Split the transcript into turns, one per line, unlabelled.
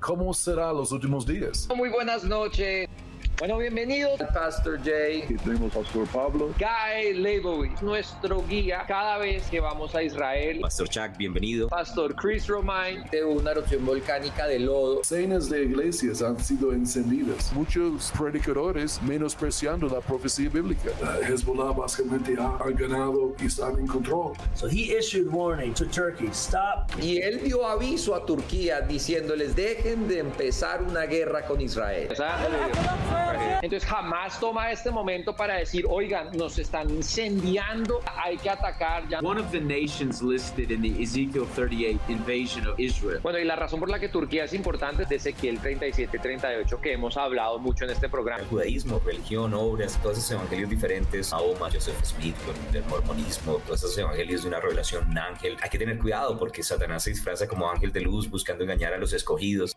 ¿Cómo será los últimos días?
Muy buenas noches. Bueno, bienvenidos Pastor Jay,
Aquí tenemos Pastor Pablo.
Guy Leibowitz, nuestro guía cada vez que vamos a Israel.
Pastor Chuck, bienvenido.
Pastor Chris Romine, de una erupción volcánica de lodo.
Cenas de iglesias han sido encendidas. Muchos predicadores menospreciando la profecía bíblica. Ah, Hezbollah básicamente ha, ha ganado y están en control.
So he issued warning to Turkey stop
Y él dio aviso a Turquía diciéndoles dejen de empezar una guerra con Israel.
Entonces jamás toma este momento para decir, oigan, nos están incendiando, hay que atacar ya.
One of the nations listed in the Ezekiel 38 invasion of Israel.
Bueno, y la razón por la que Turquía es importante es de Ezequiel 37-38 que hemos hablado mucho en este programa.
El judaísmo, religión, obras, todos esos evangelios diferentes, Mahoma, Joseph Smith, con el mormonismo, todos esos evangelios de una revelación, un ángel. Hay que tener cuidado porque Satanás se disfraza como ángel de luz buscando engañar a los escogidos.